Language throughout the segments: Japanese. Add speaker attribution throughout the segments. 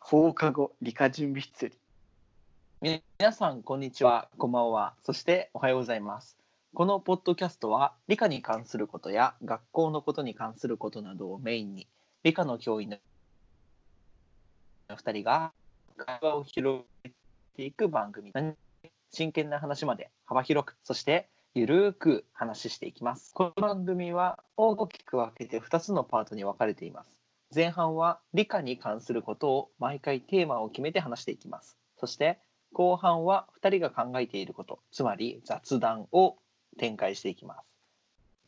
Speaker 1: 放課後理科準備室より
Speaker 2: み皆さんこんにちはこんばんはそしておはようございますこのポッドキャストは理科に関することや学校のことに関することなどをメインに理科の教員の2人が会話を広げていく番組何真剣な話まで幅広くそしてゆるーく話していきますこの番組は大きく分けて2つのパートに分かれています前半は理科に関することを毎回テーマを決めて話していきますそして後半は2人が考えていることつまり雑談を展開していきます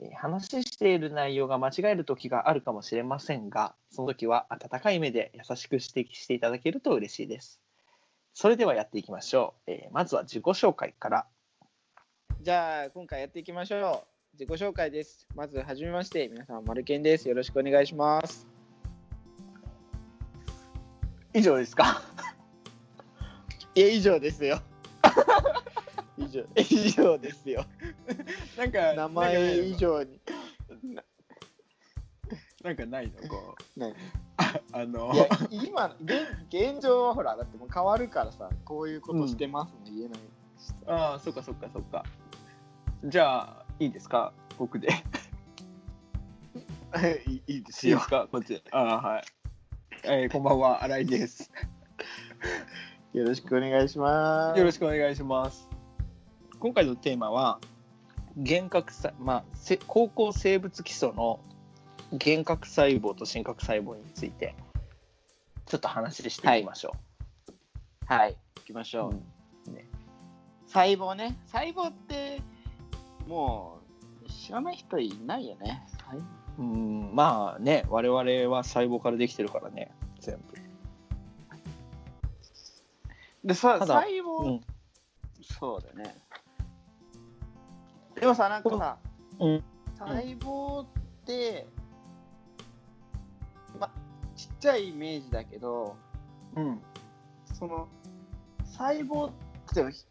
Speaker 2: えー話している内容が間違える時があるかもしれませんがその時は温かい目で優しく指摘していただけると嬉しいですそれではやっていきましょう、えーまずは自己紹介から
Speaker 3: じゃあ今回やっていきましょう。自己紹介です。まずはじめまして、皆さん、マルケンです。よろしくお願いします。
Speaker 2: 以上ですか
Speaker 3: いや、以上ですよ。 以上、以上ですよ。
Speaker 2: なんか
Speaker 3: 名前以上に。
Speaker 2: なんかないのこ
Speaker 3: ないう
Speaker 2: あの
Speaker 3: いや、今、現現状はほら、だってもう変わるからさ、こういうことしてますも言えない。
Speaker 2: ああそっかそっかそっかじゃあいいですか僕で
Speaker 3: いいいです
Speaker 2: いいです。かこっちああはい、えーこんばんは新井です
Speaker 3: よろしくお願いします。
Speaker 2: よろしくお願いします。今回のテーマは幻覚細まあせ高校生物基礎の幻覚細胞と真核細胞についてちょっと話していきましょ
Speaker 3: はい、行きまし
Speaker 2: う。
Speaker 3: ょう。
Speaker 2: うん
Speaker 3: 細胞ね細胞ってもう知らない人いないよね細
Speaker 2: うんまあね我々は細胞からできてるからね全
Speaker 3: でさ
Speaker 2: ただ
Speaker 3: 細
Speaker 2: 部。
Speaker 3: 胞、
Speaker 2: うん
Speaker 3: そうだねでもさなんかさ、
Speaker 2: うん
Speaker 3: 細胞って、ま、ちっちゃいイメージだけど
Speaker 2: うん
Speaker 3: その細胞って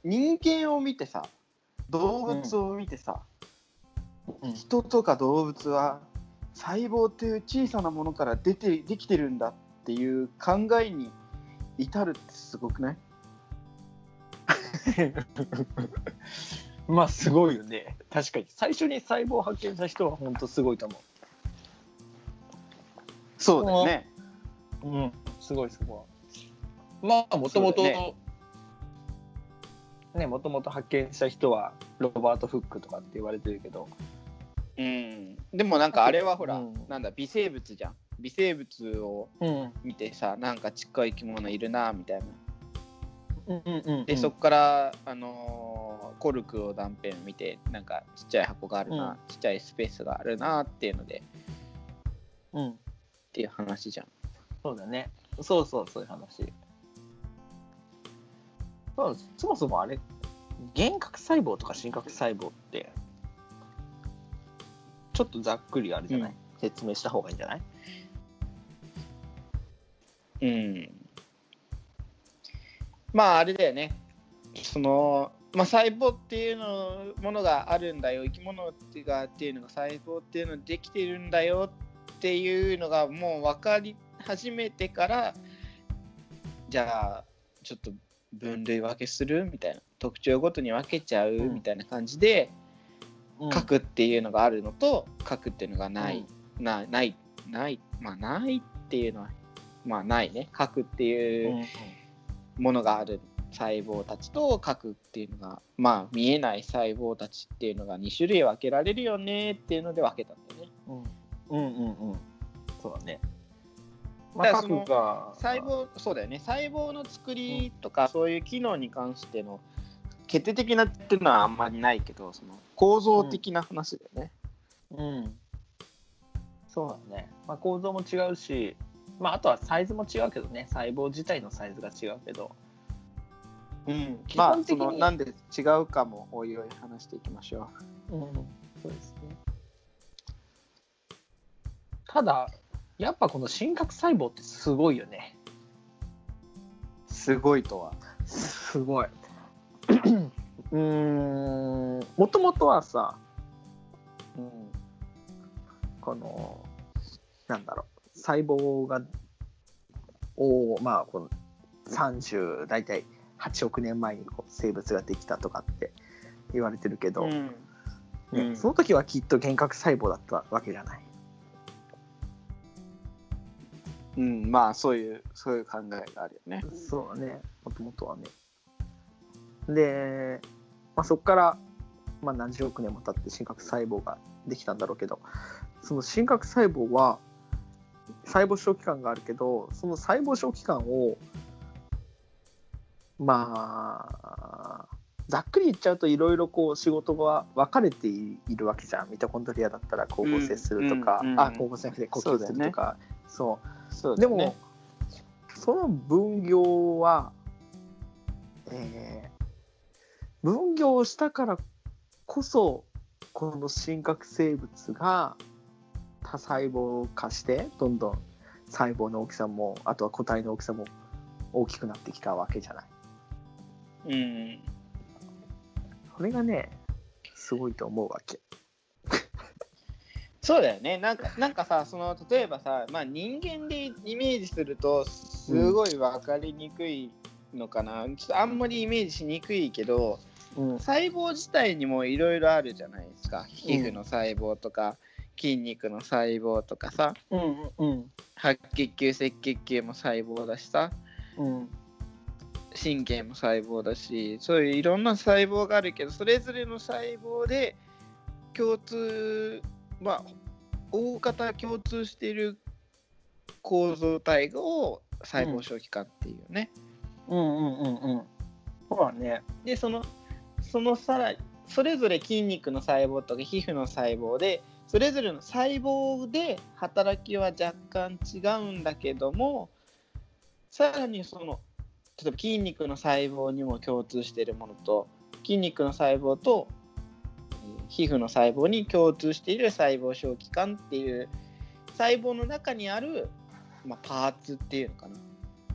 Speaker 3: 人間を見てさ動物を見てさ、
Speaker 2: うん
Speaker 3: 人とか動物は細胞という小さなものから出てできてるんだっていう考えに至るってすごくない
Speaker 2: まあすごいよね確かに最初に細胞を発見した人は本当すごいと思
Speaker 3: そうだよね。
Speaker 2: ううんすごいすごいまあもともと
Speaker 3: そうだ
Speaker 2: ねもともと発見した人はロバート・フックとかって言われてるけど
Speaker 3: うん、でもなんかあれはほら、
Speaker 2: うん
Speaker 3: なんだ微生物じゃん微生物を
Speaker 2: うん
Speaker 3: 見てさなんかちっこい生き物いるなみたいな
Speaker 2: うんうん
Speaker 3: でそこから、あのーコルクを断片見てなんかちっちゃい箱があるな、ちっちゃいスペースがあるなっていうのでっ
Speaker 2: うん
Speaker 3: ていう話じゃん
Speaker 2: そうだねそうそうそういう話そうそもそもあれ幻覚細胞とか真核細胞ってちょっとざっくりあれじゃない、
Speaker 3: うん
Speaker 2: 説明した方がいいんじゃない
Speaker 3: うんまああれだよねその、まあ、細胞っていうのものがあるんだよ生き物っていうかっていうのが細胞っていうのできてるんだよっていうのがもう分かり始めてからじゃあちょっと分類分けするみたいな特徴ごとに分けちゃうみたいな感じで、核っていうのがあるのと核っていうのがない、なないないまあないっていうのはまあないね核って
Speaker 2: う
Speaker 3: い
Speaker 2: ん
Speaker 3: うものがある細胞たちと核っていうのがまあ見えない細胞たちっていうのが2種類分けられるよねっていうので分けたんだよね
Speaker 2: うんうんうんうんそうだね
Speaker 3: だからその
Speaker 2: 核が
Speaker 3: 細胞そうだよね細胞の作りとかそういう機能に関しての決定的なっていうのはあんまりないけどその構造的な話だよね、
Speaker 2: うんそうだね、まあ、構造も違うし、まあ、あとはサイズも違うけどね細胞自体のサイズが違うけど
Speaker 3: うん、
Speaker 2: 基
Speaker 3: まあ
Speaker 2: 本的
Speaker 3: そ
Speaker 2: に
Speaker 3: のなんで違うかもおいおい話していきましょ
Speaker 2: うんそうですねただやっぱこの真核細胞ってすごいよね
Speaker 3: うすごいとは
Speaker 2: すごい うーんもともとはさ
Speaker 3: うん
Speaker 2: このなんだろう細胞がをまあこの30大体8億年前にこう生物ができたとかって言われてるけど、
Speaker 3: う
Speaker 2: ね
Speaker 3: んうん
Speaker 2: その時はきっと幻覚細胞だったわけじゃない。
Speaker 3: うん、まあそういうそういう考えがあるよね。
Speaker 2: そうだねもともとはね。で、まあ、そこから、まあ、何十億年も経って真核細胞ができたんだろうけどその真核細胞は細胞小器官があるけどその細胞小器官をまあざっくり言っちゃうといろいろこう仕事が分かれているわけじゃんミトコンドリアだったら光合成するとか、
Speaker 3: うんうんうん
Speaker 2: あ光合成じゃなくて呼吸するとかそう
Speaker 3: そう
Speaker 2: で
Speaker 3: だ
Speaker 2: も、
Speaker 3: ね
Speaker 2: その分業は、えー分業をしたからこそこの真核生物が多細胞化してどんどん細胞の大きさもあとは個体の大きさも大きくなってきたわけじゃない。
Speaker 3: うん、
Speaker 2: それがねすごいと思うわけ。
Speaker 3: そうだよねなんかなんかさその例えばさ、まあ、人間でイメージするとすごい分かりにくいのかな、ちょっとあんまりイメージしにくいけど
Speaker 2: うん
Speaker 3: 細胞自体にもいろいろあるじゃないですか皮膚の細胞とか、筋肉の細胞とかさ
Speaker 2: うんうん
Speaker 3: 白血球赤血球も細胞だしさ
Speaker 2: うん
Speaker 3: 神経も細胞だしそういういろんな細胞があるけどそれぞれの細胞で共通まあ大方共通している構造体を細胞小器官っていうね。
Speaker 2: うんうんうんうん。そうだね。
Speaker 3: でそのそのさらそれぞれ筋肉の細胞とか皮膚の細胞でそれぞれの細胞で働きは若干違うんだけどもさらにその例えば筋肉の細胞にも共通しているものと筋肉の細胞とえー皮膚の細胞に共通している細胞小器官っていう細胞の中にある、まあ、パーツっていうのかな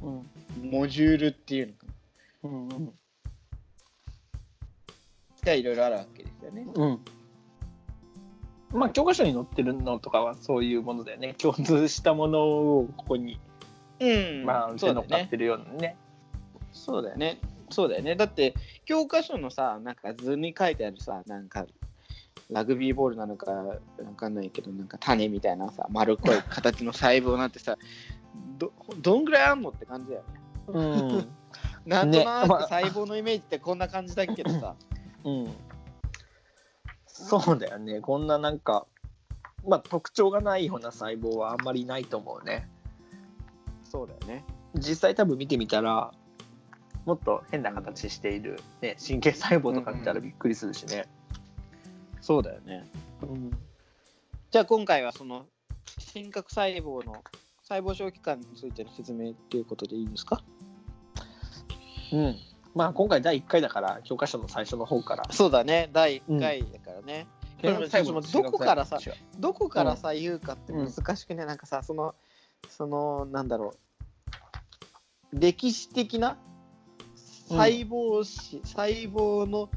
Speaker 2: うん
Speaker 3: モジュールっていうのかな
Speaker 2: うんうん
Speaker 3: がいろいろあるわけですよね。
Speaker 2: うん。まあ教科書に載ってるのとかはそういうものだよね。共通したものをここに、
Speaker 3: うん、
Speaker 2: まあ
Speaker 3: そ
Speaker 2: 受
Speaker 3: う
Speaker 2: け乗っ
Speaker 3: だよ
Speaker 2: かっ
Speaker 3: ね。
Speaker 2: てるようなね。
Speaker 3: そうだよね。そうだよね。だって教科書のさ、なんか図に書いてあるさ、なんかラグビーボールなのかわかんないけど、なんか種みたいなさ、丸っこい形の細胞なんてさ、 どどんぐらいあんのって感じだよね。
Speaker 2: うん。
Speaker 3: なんとな
Speaker 2: ね
Speaker 3: く
Speaker 2: まあ
Speaker 3: 細胞のイメージってこんな感じだけどさ。
Speaker 2: うん。そうだよね。こんななんか、まあ特徴がないような細胞はあんまりないと思うね。
Speaker 3: そうだよね。
Speaker 2: 実際多分見てみたら、もっと変な形している、ね、神経細胞とか見たらびっくりするしね。
Speaker 3: そうだよね。
Speaker 2: うん。
Speaker 3: じゃあ今回はその真核細胞の細胞小器官についての説明っていうことでいいですか
Speaker 2: うん。まあ今回第1回だから教科書の最初の方から。
Speaker 3: そうだね。第1回だからね。でもそのどこからさどこからさ、言うかって難しくね、なんかさそのそのなんだろう歴史的な細胞史、細胞の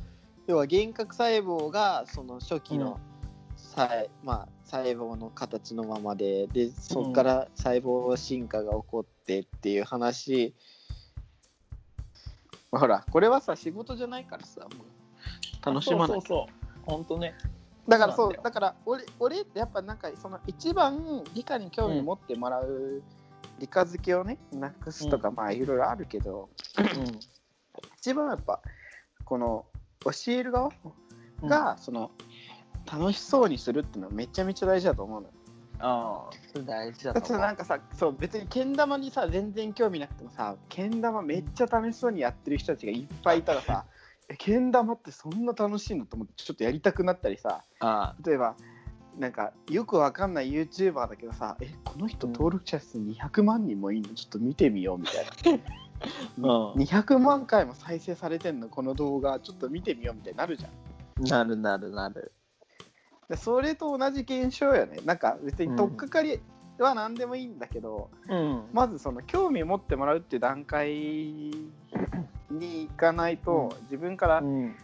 Speaker 3: 要は幻覚細胞がその初期の、細まあ、細胞の形のままででそこから細胞進化が起こってっていう話、まあほらこれはさ仕事じゃないからさもう楽しまな
Speaker 2: そ
Speaker 3: いう
Speaker 2: そうそう本当ね
Speaker 3: だから
Speaker 2: そうな
Speaker 3: そうん
Speaker 2: だよ
Speaker 3: だから俺俺ってやっぱなんかその一番理科に興味持ってもらう理科付けをねなくすとかまあいろいろあるけど、一番やっぱこの教える側
Speaker 2: うん
Speaker 3: がその楽しそうにするっていうのはめちゃめちゃ大事だと思うのよ。
Speaker 2: ああそれ大事だ
Speaker 3: だっ
Speaker 2: と
Speaker 3: て さ
Speaker 2: 思
Speaker 3: な
Speaker 2: うん
Speaker 3: かさそう別にけん玉にさ全然興味なくてもさけん玉めっちゃ楽しそうにやってる人たちがいっぱいいたらさえけん玉ってそんな楽しいのと思ってちょっとやりたくなったりさ
Speaker 2: あ
Speaker 3: 例えばなんかよくわかんない YouTuber だけどさ「えこの人
Speaker 2: うん
Speaker 3: 登録者数200万人もいいのちょっと見てみよう」みたい な
Speaker 2: あ、
Speaker 3: 200万回も再生されてんのこの動画ちょっと見てみようみたいになるじゃん
Speaker 2: なるなるなる
Speaker 3: でそれと同じ現象よねなんか別に取っかかりは何でもいいんだけど、
Speaker 2: うん
Speaker 3: まずその興味持ってもらうっていう段階に行かないと自分から
Speaker 2: うん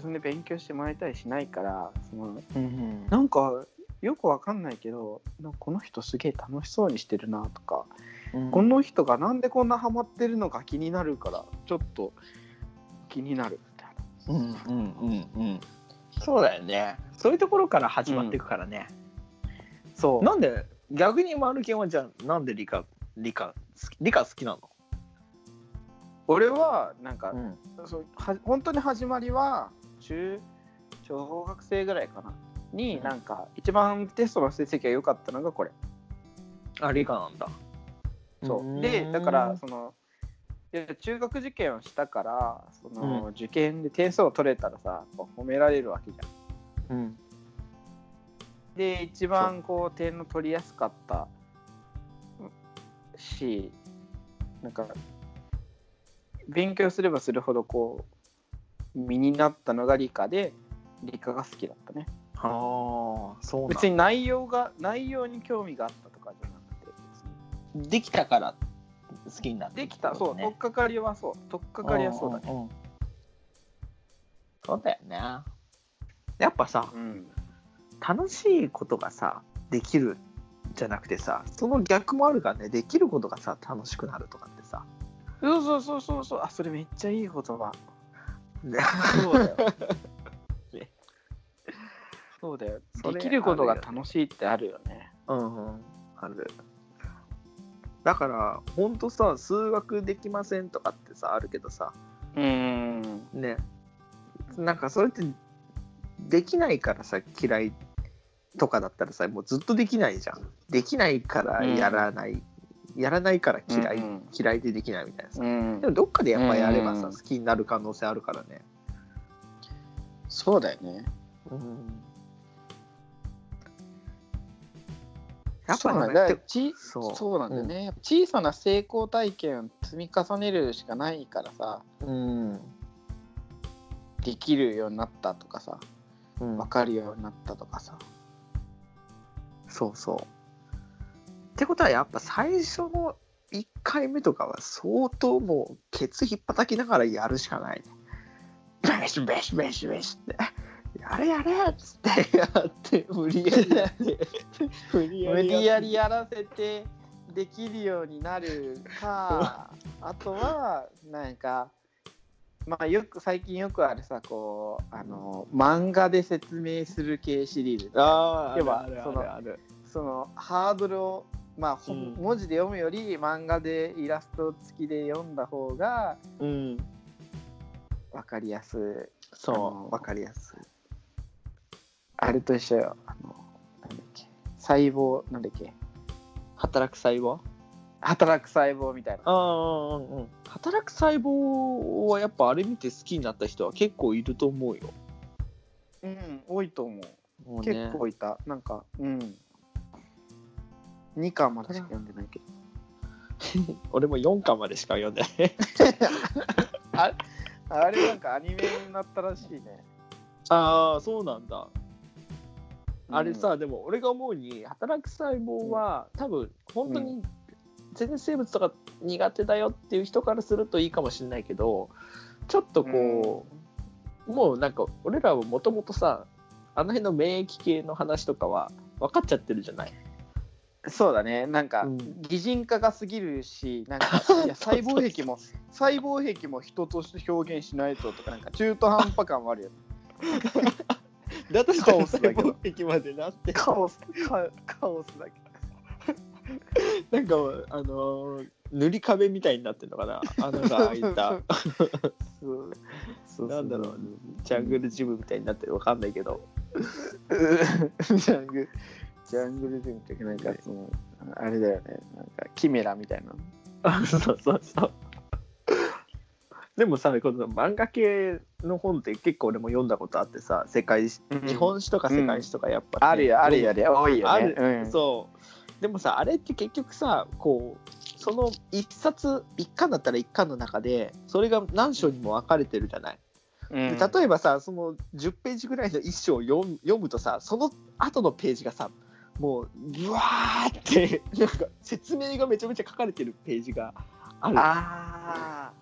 Speaker 3: 進んで勉強してもらえたりしないからその
Speaker 2: うん
Speaker 3: なんかよくわかんないけどなんかこの人すげえ楽しそうにしてるなとか
Speaker 2: うん
Speaker 3: この人がなんでこんなハマってるのか気になるからちょっと気になるみたいな
Speaker 2: うんうんうんうんそうだよねそういうところから始まっていくからね、
Speaker 3: そう
Speaker 2: なんで逆に丸健はじゃあなんで理科理科好き理科好きなの、
Speaker 3: 俺はなんか、そうは本当に始まりは中小学生ぐらいかなに
Speaker 2: うん
Speaker 3: なんか一番テストの成績が良かったのがこれ
Speaker 2: あ理科なんだ
Speaker 3: そうでだからそのいや中学受験をしたからその、
Speaker 2: う
Speaker 3: 受験で点数を取れたらさやっぱ褒められるわけじゃん
Speaker 2: うん
Speaker 3: で一番こう点の取りやすかったしなんか勉強すればするほどこう身になったのが理科で理科が好きだったね
Speaker 2: ああそうなん
Speaker 3: 別に内容が内容に興味があったとかじゃなくて別に
Speaker 2: できたから好きになって
Speaker 3: できたそう取っかかりはそう取っかかりはそうだね
Speaker 2: ねそうだよねやっぱさ
Speaker 3: うん
Speaker 2: 楽しいことがさできるじゃなくてさその逆もあるからねできることがさ楽しくなるとかってさ
Speaker 3: そうそうそうそうそうあそれめっちゃいい言葉
Speaker 2: そうだよ
Speaker 3: そうだよ
Speaker 2: それ
Speaker 3: できることが楽しいってあるよね
Speaker 2: うんうんあるだからほんとさ数学できませんとかってさあるけどさ
Speaker 3: うん
Speaker 2: ねなんかそれってできないからさ嫌いとかだったらさもうずっとできないじゃんできないからやらない、やらないから嫌い、
Speaker 3: うん
Speaker 2: 嫌いでできないみたいなさ、
Speaker 3: うん
Speaker 2: でもどっかでやっぱやればさ、
Speaker 3: うん
Speaker 2: 好きになる可能性あるからね
Speaker 3: そうだよね
Speaker 2: うんや
Speaker 3: や
Speaker 2: っ
Speaker 3: っ
Speaker 2: ぱ
Speaker 3: ぱ
Speaker 2: り
Speaker 3: な
Speaker 2: な
Speaker 3: ん
Speaker 2: ん
Speaker 3: だ
Speaker 2: か
Speaker 3: よち
Speaker 2: そ
Speaker 3: そううなんだよね、小さな成功体験を積み重ねるしかないからさ
Speaker 2: うん
Speaker 3: できるようになったとかさ
Speaker 2: うん
Speaker 3: 分かるようになったとかさ
Speaker 2: そうそう。ってことはやっぱ最初の1回目とかは相当もうケツ引っ叩きながらやるしかないね。ベシベシベシベシって。やれやれっつってやって無理やりやって無理
Speaker 3: 無理
Speaker 2: や
Speaker 3: や
Speaker 2: り
Speaker 3: りやらせてできるようになるかあとはなんかまあよく最近よくあるさこうあの漫画で説明する系シリーズ
Speaker 2: あ
Speaker 3: あ
Speaker 2: 要は
Speaker 3: ある
Speaker 2: その
Speaker 3: あそのハードルを、まあ、ほん
Speaker 2: うん
Speaker 3: 文字で読むより漫画でイラスト付きで読んだ方が
Speaker 2: うん
Speaker 3: 分かりやすいあ
Speaker 2: そ
Speaker 3: の
Speaker 2: うわかりやすい
Speaker 3: あれと一緒よあのなんだっけ細胞なんだっけ
Speaker 2: 働く細胞
Speaker 3: 働く細胞みたいな
Speaker 2: あうんうん働く細胞はやっぱあれ見て好きになった人は結構いると思うよ
Speaker 3: うん多いと思う
Speaker 2: もうね
Speaker 3: 結構いたなんかうん2巻までしか読んでないけど
Speaker 2: 俺も4巻までしか読んでない
Speaker 3: あれ あれなんかアニメになったらしいね
Speaker 2: ああそうなんだ、あれ
Speaker 3: うん
Speaker 2: さでも俺が思うに働く細胞は、多分本当に全然生物とか苦手だよっていう人からするといいかもしれないけどちょっとこう、もうなんか俺らはもともとさあの辺の免疫系の話とかは分かっちゃってるじゃない
Speaker 3: そうだねなんか、
Speaker 2: うん
Speaker 3: 擬人化が過ぎる しなんかいや細胞壁も細胞壁も人として表現しないととかなんか中途半端感はある よね
Speaker 2: だと
Speaker 3: したら細
Speaker 2: 的までなって
Speaker 3: カオスカカオスだけ
Speaker 2: なんかあのー塗り壁みたいになってるのかな穴が開い た
Speaker 3: そうそうそう
Speaker 2: なんだろうジャングルジムみたいになってるわかんないけど
Speaker 3: うんジャングルジャングルジムってなんかそのあれだよねなんかキメラみたいな
Speaker 2: あそうそうそう。でもさこの漫画系の本って結構俺も読んだことあってさ世界史日本史とか世界史とかやっぱね、
Speaker 3: あるよあるよ
Speaker 2: ね
Speaker 3: ね多いよね
Speaker 2: ある
Speaker 3: うん、
Speaker 2: そうでもさあれって結局さこうその一冊一巻だったら一巻の中でそれが何章にも分かれてるじゃない、
Speaker 3: うん、
Speaker 2: で例えばさその10ページぐらいの一章を読む読むとさその後のページがさもうブワーってなんか説明がめちゃめちゃ書かれてるページがある
Speaker 3: あ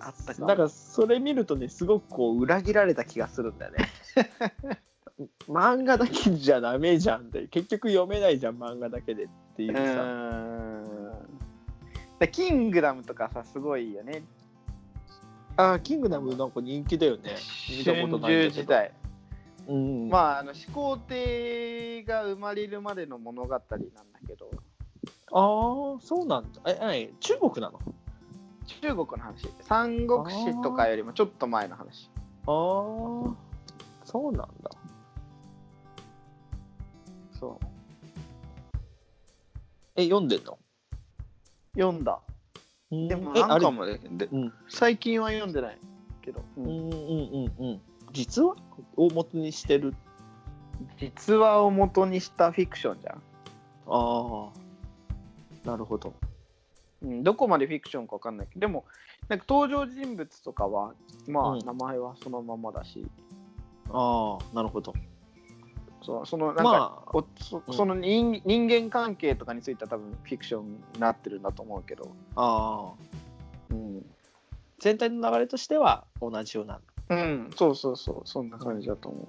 Speaker 3: ああったか
Speaker 2: だからそれ見るとねすごくこう裏切られた気がするんだよね 漫画だけじゃダメじゃんって結局読めないじゃん漫画だけでっていう
Speaker 3: う
Speaker 2: さ、
Speaker 3: んでキングダムとかさすごいよね
Speaker 2: あーキングダムなんか人気だよね見たことないんだけど
Speaker 3: 春秋時代
Speaker 2: うん
Speaker 3: まああの始皇帝が生まれるまでの物語なんだけど
Speaker 2: あーそうなんだえ何中国なの
Speaker 3: 中国の話三国志とかよりもちょっと前の話
Speaker 2: ああそうなんだ
Speaker 3: そう
Speaker 2: え読んでんの
Speaker 3: 読んだでも
Speaker 2: え
Speaker 3: な
Speaker 2: あ
Speaker 3: ん
Speaker 2: れ
Speaker 3: か
Speaker 2: う
Speaker 3: もねで
Speaker 2: ん
Speaker 3: 最近は読んでないけど、
Speaker 2: うんうんうんうん実は大元にしてる
Speaker 3: 実話を元にしたフィクションじゃん、
Speaker 2: ああなるほど
Speaker 3: うん、どこまでフィクションかわかんないけどでもなんか登場人物とかは
Speaker 2: う
Speaker 3: まあ
Speaker 2: ん
Speaker 3: 名前はそのままだし、
Speaker 2: ああなるほど
Speaker 3: そうそのなんか、
Speaker 2: まあ
Speaker 3: おそ
Speaker 2: うん
Speaker 3: その人,、人間関係とかについては多分フィクションになってるんだと思うけど、
Speaker 2: あー
Speaker 3: うん、
Speaker 2: 全体の流れとしては同じような
Speaker 3: うん、そうそうそう、そんな感じだと思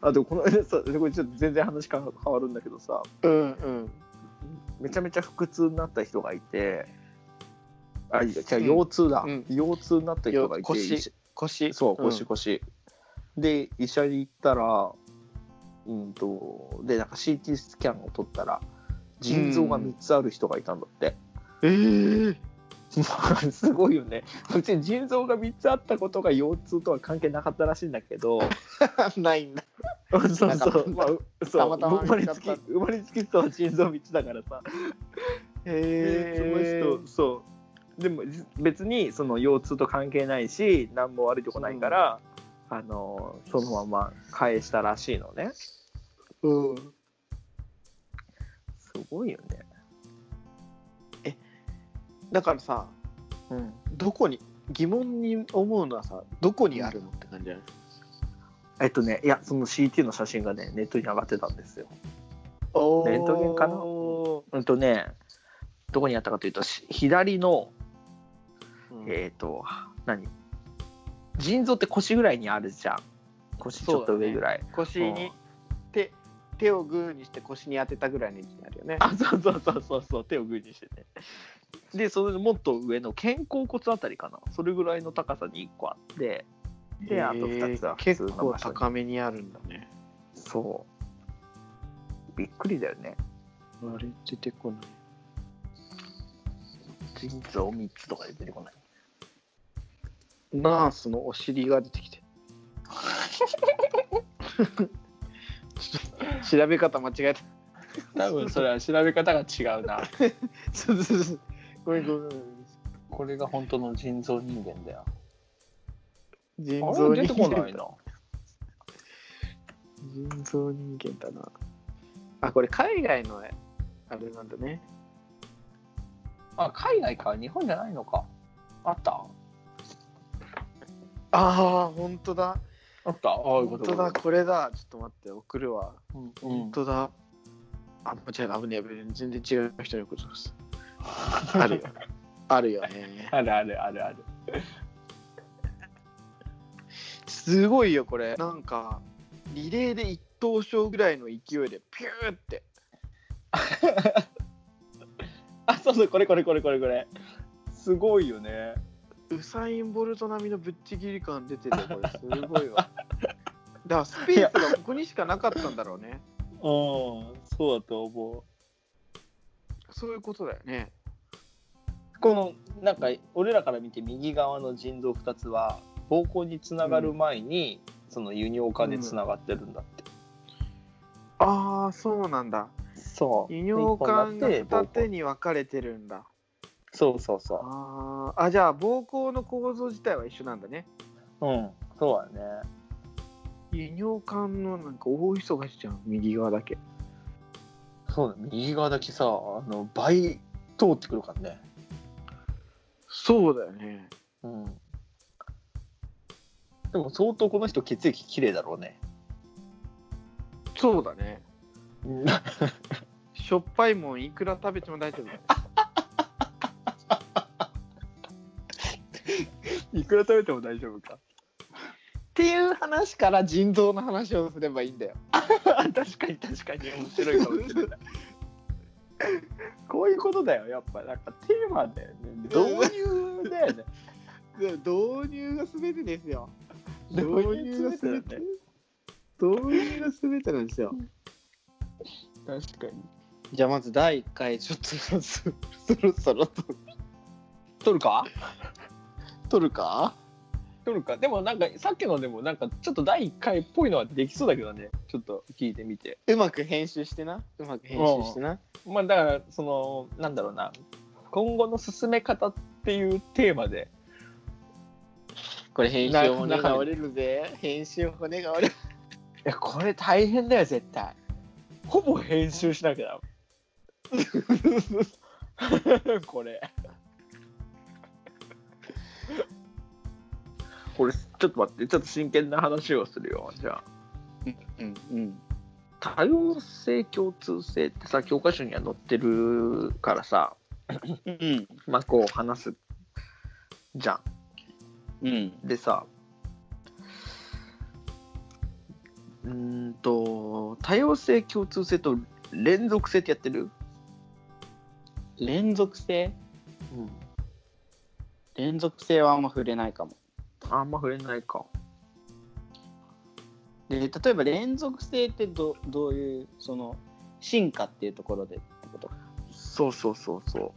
Speaker 2: あでもこの さこれちょっと全然話変わ変わるんだけどさ
Speaker 3: う。うんうん。
Speaker 2: めちゃめちゃ腹痛になった人がいてあいや違う腰痛だ、
Speaker 3: うん
Speaker 2: 腰痛になった人がいて
Speaker 3: よ腰
Speaker 2: 医者
Speaker 3: 腰。
Speaker 2: そう腰
Speaker 3: ん
Speaker 2: 腰、で医者に行ったらうんとでなんか CT スキャンを取ったら腎臓が3つある人がいたんだって、
Speaker 3: えー、
Speaker 2: すごいよねうち腎臓が3つあったことが腰痛とは関係なかったらしいんだけど
Speaker 3: ないんだ。
Speaker 2: そうそう
Speaker 3: なんか
Speaker 2: まあうそう
Speaker 3: たまたま
Speaker 2: 生まれ
Speaker 3: 見つ
Speaker 2: つき
Speaker 3: かった
Speaker 2: 生まれつきそう腎臓3つだからさ
Speaker 3: へ
Speaker 2: で
Speaker 3: え
Speaker 2: その人そうでもじ別にその腰痛と関係ないし何も悪いとこないから、あのそのまま返したらしいのね
Speaker 3: うん。
Speaker 2: すごいよね
Speaker 3: だからさ、
Speaker 2: うん
Speaker 3: どこに疑問に思うのはさ、どこにあるのって感じじゃない。
Speaker 2: えっとねいやその CT の写真がねネットに上がってたんですよ
Speaker 3: お
Speaker 2: レントゲンかな
Speaker 3: う
Speaker 2: うんとねどこにあったかというとし左の
Speaker 3: ん
Speaker 2: えっ、と何腎臓って腰ぐらいにあるじゃん腰ちょっと上ぐらい、
Speaker 3: 腰に手手をグーにして腰に当てたぐらいの位置になるよね。
Speaker 2: あそうそうそうそうそう手をグーにしてねでそれのもっと上の肩甲骨あたりかなそれぐらいの高さに1個あってであと2つは普通
Speaker 3: 結
Speaker 2: の
Speaker 3: 構
Speaker 2: 場所に
Speaker 3: 高めにあるんだね。
Speaker 2: そうびっくりだよね
Speaker 3: あれ出てこない。
Speaker 2: 腎臓3つとかで出てこない
Speaker 3: ナースのお尻が出てき て。調べ方間違えた。
Speaker 4: 多分それは調べ方が違うな。
Speaker 3: そうそうそう。ごめんごめんごめん。
Speaker 4: これが本当の人造人間だよ。
Speaker 3: 人
Speaker 4: あ
Speaker 3: 造
Speaker 4: れ出て
Speaker 3: 人
Speaker 4: こない
Speaker 3: 間。
Speaker 4: な。
Speaker 3: 人造人間だな。あ、これ海外のあれなんだね。
Speaker 4: あ、海外か。日本じゃないのか。あった
Speaker 3: ああ、本当だ。
Speaker 4: あったああ、いうこ
Speaker 3: 本
Speaker 4: と
Speaker 3: 当だ、これだ。ちょっと待って、送るわ。
Speaker 4: うん
Speaker 3: 本当だ。あ、間違えた。危ねえ危ねえ。全然違う人に送ってます。あ るよ。あるよね。
Speaker 4: あるあるあるある。
Speaker 3: すごいよこれなんかリレーで一等賞ぐらいの勢いでピューって
Speaker 4: あ、そうそう、これこれこれこれこれ。すごいよね。
Speaker 3: ウサイン・ボルト並みのぶっちぎり感出ててこれすごい わだからスペースがここにしかなかったんだろうね
Speaker 4: うん、そうだと思う。
Speaker 3: そういうことだよね
Speaker 4: このなんか俺らから見て右側の腎臓2つは膀胱につながる前に、その輸尿管につながってるんだって、
Speaker 3: ああそうなんだ
Speaker 4: そう
Speaker 3: 輸尿管が
Speaker 4: 一本だ
Speaker 3: 二
Speaker 4: って膀胱
Speaker 3: 手に分かれてるんだ
Speaker 4: そうそうそ
Speaker 3: あーあじゃあ膀胱の構造自体は一緒なんだね
Speaker 4: ううんそうだね
Speaker 3: 輸尿管のなんか大忙しじゃん右側だけ
Speaker 4: そうだ右側だけさあの倍通ってくるからね
Speaker 3: そうだよね
Speaker 4: うんでも相当この人血液きれいだろう ね
Speaker 3: そうだね
Speaker 4: う
Speaker 3: しょっぱいもんいくら食べても大丈夫だ ね
Speaker 4: んいくら食べても大丈夫か
Speaker 3: っていう話から腎臓の話をすればいいんだよ。
Speaker 4: 確かに確かに面白いかもしれない
Speaker 2: こういうことだよ、やっぱ。なんかテーマだよね。導入だよね。
Speaker 5: でも導入が全てですよ。
Speaker 2: 導
Speaker 5: 導
Speaker 2: 入
Speaker 5: 入
Speaker 2: が
Speaker 5: が
Speaker 2: 全
Speaker 5: 全
Speaker 2: て
Speaker 5: て。導入が全てなんですよ。
Speaker 2: 確かに。
Speaker 3: じゃあまず第1回ちょっとそろそろと
Speaker 2: 撮るか
Speaker 3: 撮るか
Speaker 2: 撮るか。でもなんか、さっきのでも、なんか、ちょっと第1回っぽいのはできそうだけどね。ちょっと聞いてみて。
Speaker 3: うまく編集してなうまく編集してな
Speaker 2: まあ、だから、その、なんだろうな。今後の進め方っていうテーマで。
Speaker 3: これ編集骨
Speaker 2: な
Speaker 3: が折れるぜ編集骨が折れる
Speaker 2: いや、これ大変だよ、絶対。ほぼ編集しなきゃだ。 これ。これ、ちょっと待って、ちょっと真剣な話をするよ、じゃあ。
Speaker 3: うんうん
Speaker 2: 多様性共通性ってさ教科書には載ってるからさ
Speaker 3: うん
Speaker 2: まあこう話すじゃ
Speaker 3: うん
Speaker 2: んでさうーんと多様性共通性と連続性ってやってる、
Speaker 3: 連続性連続性はあんま触れないかも
Speaker 2: あんま触れないか
Speaker 3: で例えば連続性ってどどういうその進化っていうところでってこと
Speaker 2: そうそうそうそう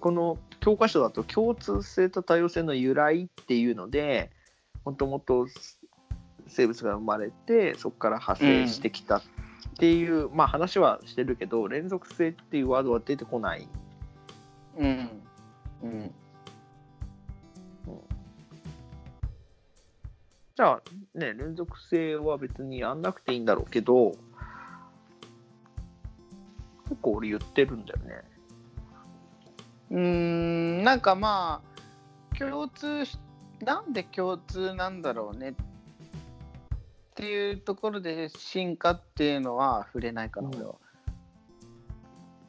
Speaker 2: この教科書だと共通性と多様性の由来っていうのでもともと生物が生まれてそこから派生してきたっていう、まあ話はしてるけど連続性っていうワードは出てこない
Speaker 3: うんうん
Speaker 2: じゃあね連続性は別にやんなくていいんだろうけど結構俺言ってるんだよね
Speaker 3: うーんなんかまあ共通しなんで共通なんだろうねっていうところで進化っていうのは触れないかな、
Speaker 2: うん
Speaker 3: 俺は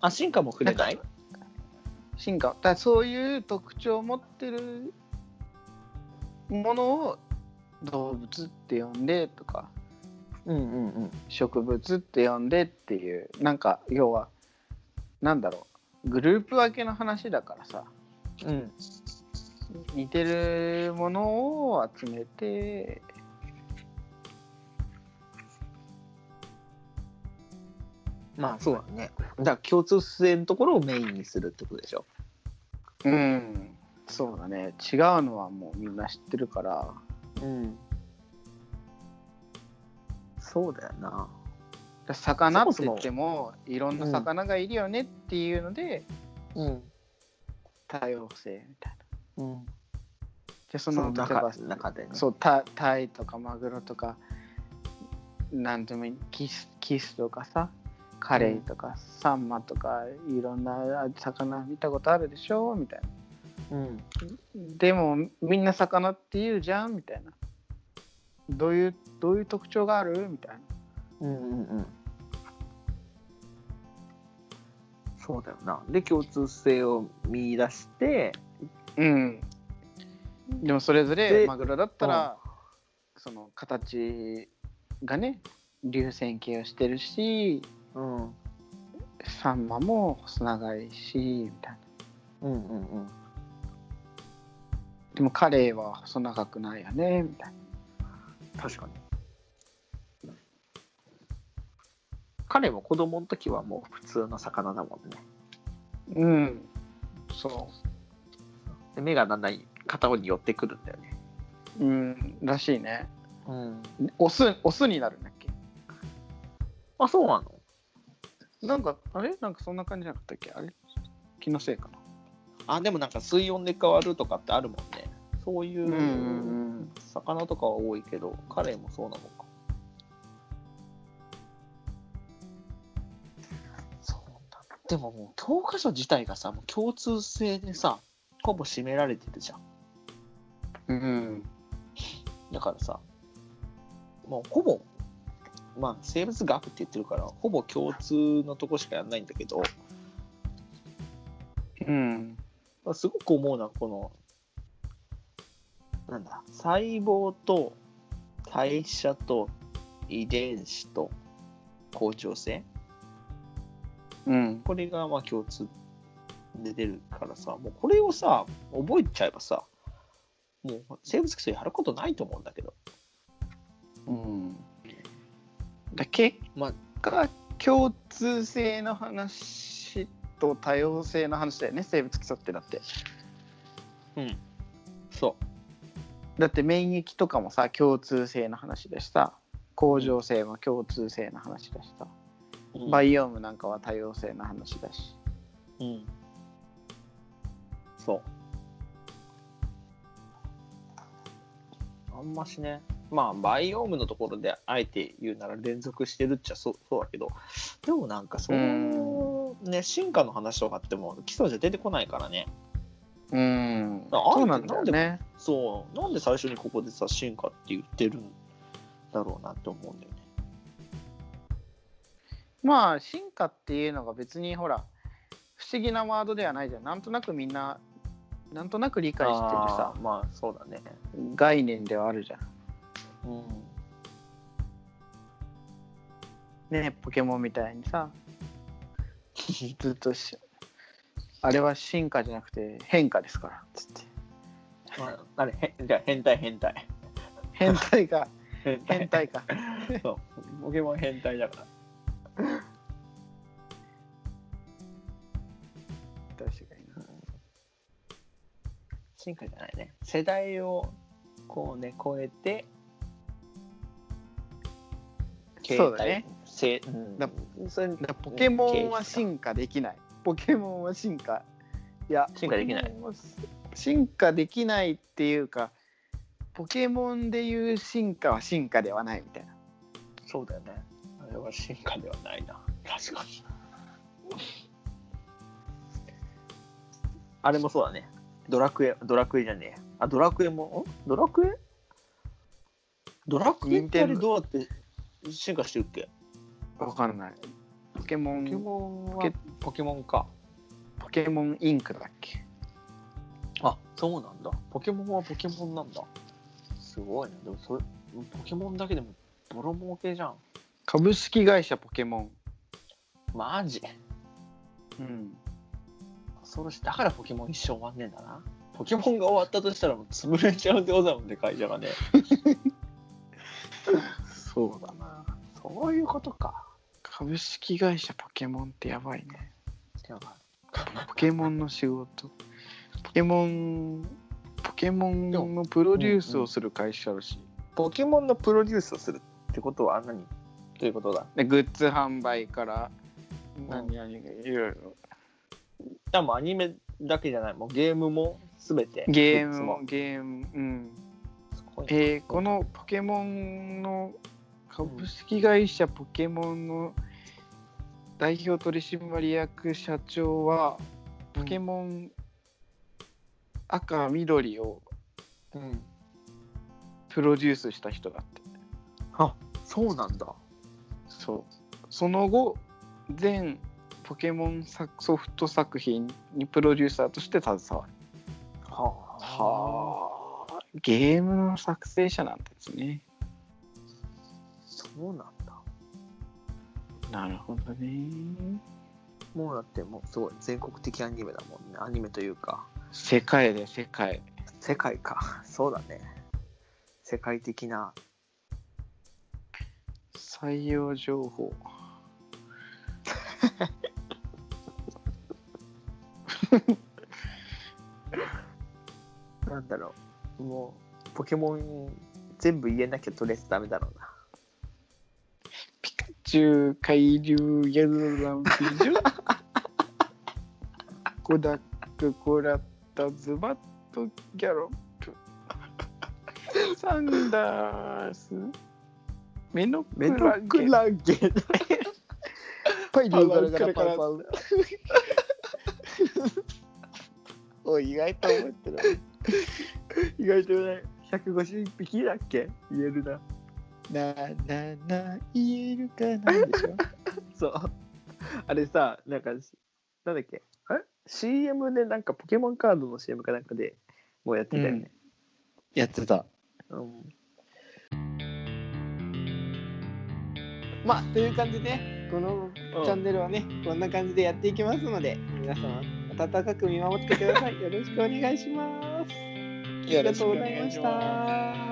Speaker 2: あ進化も触れない
Speaker 3: 進化だからそういう特徴を持ってるものを動物って呼んでとか
Speaker 2: うんうんうん
Speaker 3: 植物って呼んでっていうなんか要はなんだろうグループ分けの話だからさ
Speaker 2: うん
Speaker 3: 似てるものを集めて
Speaker 2: まあそうだね。だから共通性のところをメインにするってことでしょ。
Speaker 3: うんそうだね違うのはもうみんな知ってるから
Speaker 2: うん。そうだよな。
Speaker 3: 魚って言っ
Speaker 2: そ
Speaker 3: てもいろんな魚がいるよねっていうので、
Speaker 2: うん。
Speaker 3: 多様性みたいな
Speaker 2: うん。
Speaker 3: じゃあ
Speaker 2: そ
Speaker 3: その
Speaker 2: の
Speaker 3: 例え
Speaker 2: 中
Speaker 3: ば
Speaker 2: 中でね。
Speaker 3: そうタタイとかマグロとかなんでもいいキスキスとかさカレイとか、サンマとかいろんな魚見たことあるでしょみたいな
Speaker 2: うん。
Speaker 3: でもみんな魚って言うじゃんみたいなどういうどういう特徴があるみたいな
Speaker 2: うんうんうん。そうだよな。で共通性を見出して、
Speaker 3: うんでもそれぞ
Speaker 2: で
Speaker 3: れマグロだったら、その形がね流線形をしてるし
Speaker 2: うん。うん
Speaker 3: サンマも細長いしみたいな
Speaker 2: うんうん。
Speaker 3: でもカレーは細長くないよねみたいな。
Speaker 2: 確かに。彼も子供の時はもう普通の魚だもんね。
Speaker 3: うん。そ
Speaker 2: で目がだんだん片方に寄ってくるんだよね。
Speaker 3: う。うん。らしいね。
Speaker 2: うん。
Speaker 3: オス、オスになるんだっけ
Speaker 2: あ、そうなの
Speaker 3: なんか、あれなんかそんな感じじゃなかったっけあれ気のせいかな。。
Speaker 2: あ、でもなんか水温で変わるとかってあるもんね。そういううん魚とかは多いけど、カレイもそうなのか。そうだ。でももう教科書自体がさ、もう共通性でさ、ほぼ占められてるじゃん。
Speaker 3: うん。
Speaker 2: だからさ、もうほぼ、まあ生物学って言ってるから、ほぼ共通のとこしかやんないんだけど、
Speaker 3: うん。
Speaker 2: すごく思うのはこのなんだ細胞と代謝と遺伝子と恒常性
Speaker 3: うん
Speaker 2: これがまあ共通で出るからさもうこれをさ覚えちゃえばさもう生物基礎やることないと思うんだけど
Speaker 3: うんだ結
Speaker 2: ま
Speaker 3: 果共通性の話と多様性の話だよね生物基礎ってだって
Speaker 2: そ
Speaker 3: だって免疫とかもさ共通性の話でした恒常性も共通性の話でした、
Speaker 2: う、
Speaker 3: バイオームなんかは多様性の話だし
Speaker 2: うんそうあんましねまあバイオームのところであえて言うなら連続してるっちゃそうそうだけどでもなんかそうね進化の話とかってもう基礎じゃ出てこないからね
Speaker 3: うん
Speaker 2: あ
Speaker 3: そうなんだよね
Speaker 2: そうなんで最初にここでさ進化って言ってるんだろうなって思うんだよね
Speaker 3: まあ進化っていうのが別にほら不思議なワードではないじゃんなんとなくみんななんとなく理解してるさ
Speaker 2: あーまあそうだね
Speaker 3: 概念ではあるじゃん
Speaker 2: うん
Speaker 3: ねポケモンみたいにさ ずっとしあれは進化じゃなくて変化ですからつって
Speaker 2: まああれへんじゃあ変態変態
Speaker 3: 変態か
Speaker 2: 変
Speaker 3: 変態か
Speaker 2: そうポケモン変態だから
Speaker 3: 確かにな
Speaker 2: 進化じゃないね世代をこうね超えて
Speaker 3: そうだ
Speaker 2: 形
Speaker 3: ね
Speaker 2: 態せうん、
Speaker 3: だ
Speaker 2: それ
Speaker 3: だからポケモンは進化できないポケモンは進化いや
Speaker 2: 進化できない
Speaker 3: ポケモンは進化できないっていうかポケモンでいう進化は進化ではないみたいな
Speaker 2: そうだよねあれは進化ではないな確かにあれもそうだねドラクエドラクエじゃねえあドラクエもんドラクエドラクエってあれどうやって進化してるっけ
Speaker 3: わかんないポケモンポケモン
Speaker 2: ンはポケモンか
Speaker 3: インクだっけ
Speaker 2: あそうなんだポケモンはポケモンなんだすごいねでもそれポケモンだけでもボロ儲けじゃん
Speaker 3: 株式会社ポケモン
Speaker 2: マジ
Speaker 3: うん
Speaker 2: 恐ろしいだからポケモン一生終わんねえんだなポケモンが終わったとしたらもう潰れちゃうってことだもんね会社がね
Speaker 3: そうだな
Speaker 2: そういうことか
Speaker 3: 株式会社ポケモンってやばいね
Speaker 2: やば
Speaker 3: ポケモンの仕事ポケモンポケモンのプロデュースをする会社らしい、
Speaker 2: いポケモンのプロデュースをするってことは何ということだ
Speaker 3: でグッズ販売から
Speaker 2: ん
Speaker 3: 何々がいろいろ
Speaker 2: でもうアニメだけじゃないもうゲームも全て
Speaker 3: ゲー
Speaker 2: グッズ
Speaker 3: ムもゲームうん
Speaker 2: すごいね
Speaker 3: えーこのポケモンの株式会社ポケモンの代表取締役社長はポケモン赤緑を
Speaker 2: うん
Speaker 3: プロデュースした人だって
Speaker 2: そうなんだ
Speaker 3: そうその後全ポケモン作ソフト作品にプロデューサーとして携わる
Speaker 2: はあ
Speaker 3: はあゲームの作成者なんですね
Speaker 2: そうなんだ
Speaker 3: なるほどね
Speaker 2: もうだってもうすごい全国的アニメだもんねアニメというか
Speaker 3: 世界で世界
Speaker 2: 世界か そうだね世界的な
Speaker 3: 採用情報
Speaker 2: なんだろうもうポケモン全部言えなきゃとりあえずダメだろうな
Speaker 3: ピカチュウ海流ヤズランピジ ョコダックコラッタズバットギャロップサンダースメノク
Speaker 2: メ
Speaker 3: ラ
Speaker 2: ト
Speaker 3: ゲ
Speaker 2: ク
Speaker 3: ン
Speaker 2: ラゲ ン
Speaker 3: パイ
Speaker 2: パ
Speaker 3: ル
Speaker 2: ウ
Speaker 3: ガラガ
Speaker 2: パ
Speaker 3: ラパ
Speaker 2: ウ
Speaker 3: ウパウおい意外と覚えてる
Speaker 2: 意外とね151匹だっけ言えるな
Speaker 3: ななな言えるかなんでしょ
Speaker 2: そう あれさなんかなんだっけあれ CM でなんかポケモンカードの CM かなんかでもうやってたよね、
Speaker 3: やってた
Speaker 2: うん
Speaker 3: まあという感じでこのチャンネルはね、こんな感じでやっていきますので、皆様、温かく見守ってください。よろしくお願いします。ありがとうございました。